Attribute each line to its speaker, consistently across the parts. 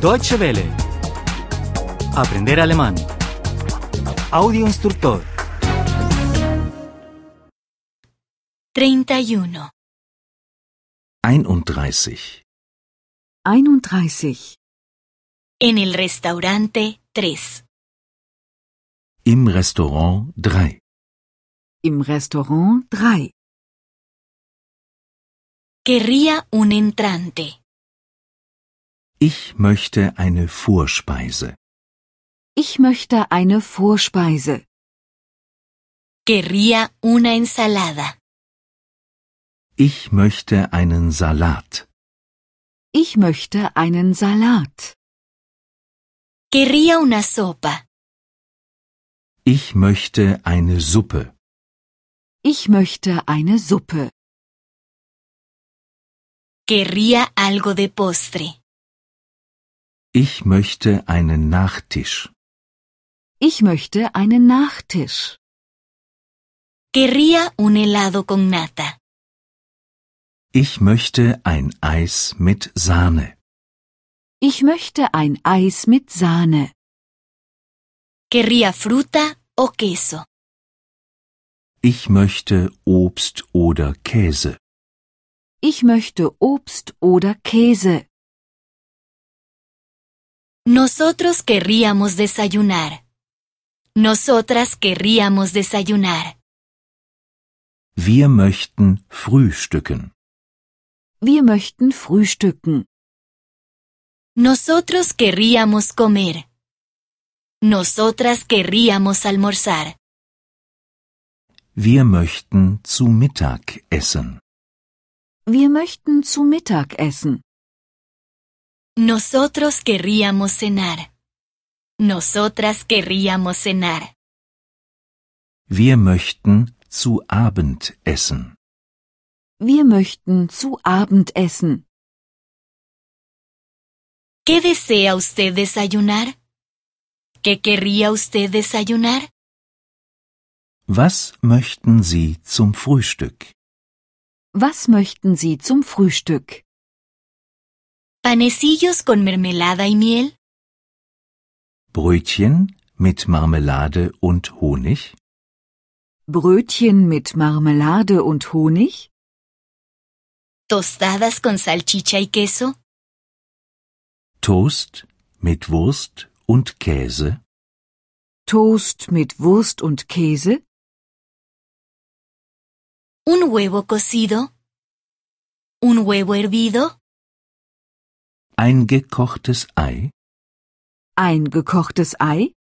Speaker 1: Deutsche Welle. Aprender alemán. Audio instructor.
Speaker 2: 31.
Speaker 3: 31.
Speaker 4: 31.
Speaker 2: En el restaurante 3.
Speaker 3: Im Restaurant 3.
Speaker 4: Im Restaurant 3.
Speaker 2: Querría un entrante.
Speaker 3: Ich möchte eine Vorspeise.
Speaker 4: Ich möchte eine Vorspeise.
Speaker 2: Querría una ensalada.
Speaker 3: Ich möchte einen Salat.
Speaker 4: Ich möchte einen Salat.
Speaker 2: Querría una sopa.
Speaker 3: Ich möchte eine Suppe.
Speaker 4: Ich möchte eine Suppe.
Speaker 2: Querría algo de postre.
Speaker 3: Ich möchte einen Nachtisch.
Speaker 4: Ich möchte einen Nachtisch.
Speaker 2: Querría un helado con nata.
Speaker 3: Ich möchte ein Eis mit Sahne.
Speaker 4: Ich möchte ein Eis mit Sahne.
Speaker 2: Querría fruta o queso.
Speaker 3: Ich möchte Obst oder Käse.
Speaker 4: Ich möchte Obst oder Käse.
Speaker 2: Nosotros querríamos desayunar. Nosotras querríamos desayunar.
Speaker 3: Wir möchten frühstücken.
Speaker 4: Wir möchten frühstücken.
Speaker 2: Nosotros querríamos comer. Nosotras querríamos almorzar.
Speaker 3: Wir möchten zu Mittag essen.
Speaker 4: Wir möchten zu Mittag essen.
Speaker 2: Nosotros querríamos cenar. Nosotras querríamos cenar.
Speaker 3: Wir möchten zu Abend essen.
Speaker 4: Wir möchten zu Abend essen.
Speaker 2: ¿Qué desea usted desayunar? ¿Qué querría usted desayunar?
Speaker 3: Was möchten Sie zum Frühstück?
Speaker 4: Was möchten Sie zum Frühstück?
Speaker 2: ¿Panecillos con mermelada y miel?
Speaker 3: Brötchen mit Marmelade und Honig?
Speaker 4: Brötchen mit Marmelade und Honig?
Speaker 2: ¿Tostadas con salchicha y queso?
Speaker 3: Toast mit Wurst und Käse?
Speaker 4: Toast mit Wurst und Käse?
Speaker 2: ¿Un huevo cocido? ¿Un huevo hervido?
Speaker 3: Ein gekochtes Ei?
Speaker 4: Ein gekochtes Ei?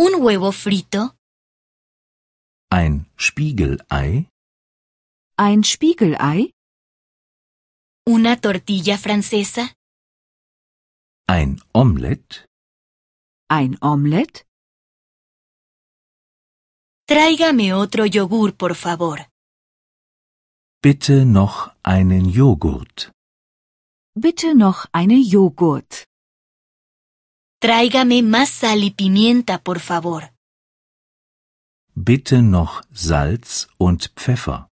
Speaker 2: ¿Un huevo frito?
Speaker 3: Ein Spiegelei?
Speaker 4: Ein Spiegelei?
Speaker 2: ¿Una tortilla francesa?
Speaker 3: Ein Omelett?
Speaker 4: Ein Omelett?
Speaker 2: Tráigame otro yogur, por favor.
Speaker 3: Bitte noch einen Joghurt.
Speaker 4: Bitte noch eine Joghurt.
Speaker 2: Tráigame más sal y pimienta, por favor.
Speaker 3: Bitte noch Salz und Pfeffer.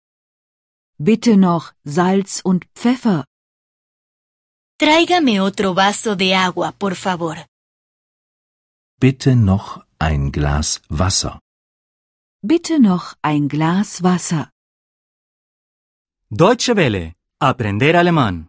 Speaker 4: Bitte noch Salz und Pfeffer.
Speaker 2: Tráigame otro vaso de agua, por favor.
Speaker 3: Bitte noch ein Glas Wasser.
Speaker 4: Bitte noch ein Glas Wasser.
Speaker 1: Deutsche Welle. Aprender alemán.